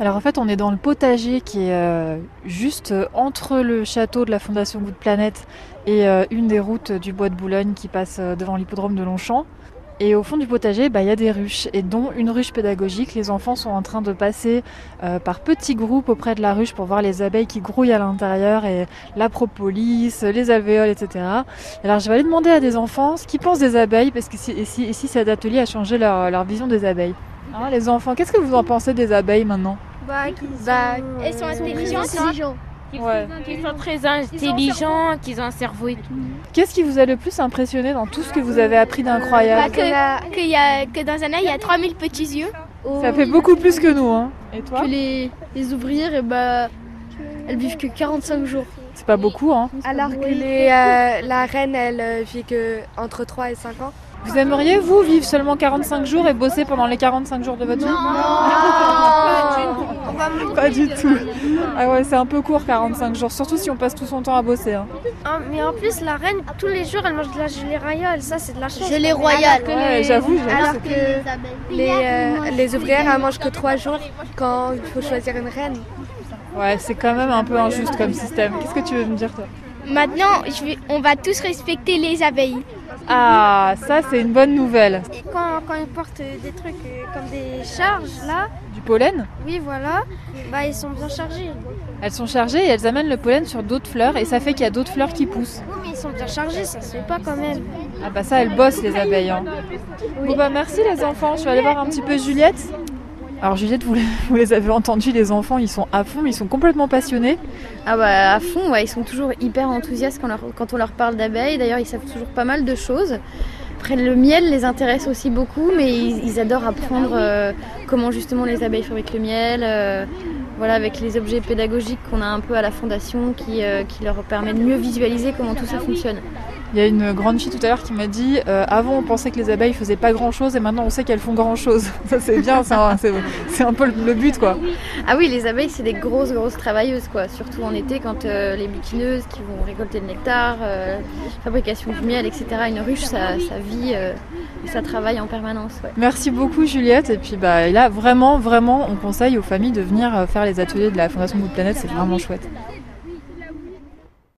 Alors en fait, on est dans le potager qui est euh, juste euh, entre le château de la Fondation Good Planète et euh, une des routes du bois de Boulogne qui passe euh, devant l'hippodrome de Longchamp. Et au fond du potager, bah, il y a des ruches, et dont une ruche pédagogique. Les enfants sont en train de passer euh, par petits groupes auprès de la ruche pour voir les abeilles qui grouillent à l'intérieur, et la propolis, les alvéoles, etc. Alors je vais aller demander à des enfants ce qu'ils pensent des abeilles, parce que si, et si, et si cet atelier a changé leur, leur vision des abeilles. Hein, les enfants, qu'est-ce que vous en pensez des abeilles maintenant Bah, Bah, elles sont intelligentes. hein. Qu'ils Ouais. sont- qu'ils sont très intelligents, qu'ils ont un cerveau et tout. Qu'est-ce qui vous a le plus impressionné dans tout ce que vous avez appris Bah, d'incroyable que, que y a, que dans un œil, il y a 3000 petits yeux. Ça fait beaucoup plus que nous, hein. Et toi Oh, que les, les ouvrières, et bah, elles vivent que 45 jours. C'est pas beaucoup, hein. Alors que les, euh, la reine, elle euh, vit que entre 3 et 5 ans. Vous aimeriez, vous, vivre seulement 45 jours et bosser pendant les 45 jours de votre vie Non Pas du tout. Ah ouais, c'est un peu court 45 jours, surtout si on passe tout son temps à bosser. hein. Ah, mais en plus, la reine, tous les jours, elle mange de la gelée royale. Ça, c'est de la chance. Je les royales. Ouais, j'avoue, j'avoue. Alors que les, euh, les ouvrières, elles mangent que 3 jours quand il faut choisir une reine. Ouais, c'est quand même un peu injuste comme système. Qu'est-ce que tu veux me dire, toi Maintenant, je vais- on va tous respecter les abeilles. Ah, ça, c'est une bonne nouvelle. Et quand, quand ils portent des trucs euh, comme des charges, là, Du pollen oui, voilà, bah, ils sont bien chargés. Elles sont chargées et elles amènent le pollen sur d'autres fleurs et ça fait qu'il y a d'autres fleurs qui poussent. Oui, mais ils sont bien chargés, ça se fait pas quand même. Ah bah ça, elles bossent les abeilles. hein. Bon bah merci les enfants, je vais aller voir un petit peu Juliette. Alors Juliette, vous les, vous les avez entendus, les enfants, ils sont à fond, ils sont complètement passionnés. Ah bah à fond, ouais, ils sont toujours hyper enthousiastes quand, leur- quand on leur parle d'abeilles. D'ailleurs, ils savent toujours pas mal de choses. Après, le miel les intéresse aussi beaucoup, mais ils, ils adorent apprendre euh, comment justement les abeilles fabriquent le miel. euh, voilà, avec les objets pédagogiques qu'on a un peu à la fondation qui, euh, qui leur permet de mieux visualiser comment tout ça fonctionne. Il y a une grande fille tout à l'heure qui m'a dit euh, avant on pensait que les abeilles faisaient pas grand chose et maintenant on sait qu'elles font grand chose. Ça c'est bien, c'est un, c'est- c'est un peu le, le but quoi. Ah oui, les abeilles, c'est des grosses, grosses travailleuses, quoi. Surtout en été, quand euh, les butineuses qui vont récolter le nectar, euh, fabrication du miel, etc. Une ruche, ça, ça vit, euh, ça travaille en permanence, ouais. Merci beaucoup Juliette et puis bah et là vraiment vraiment on conseille aux familles de venir euh, faire les ateliers de la Fondation Good Planète, c'est vraiment chouette.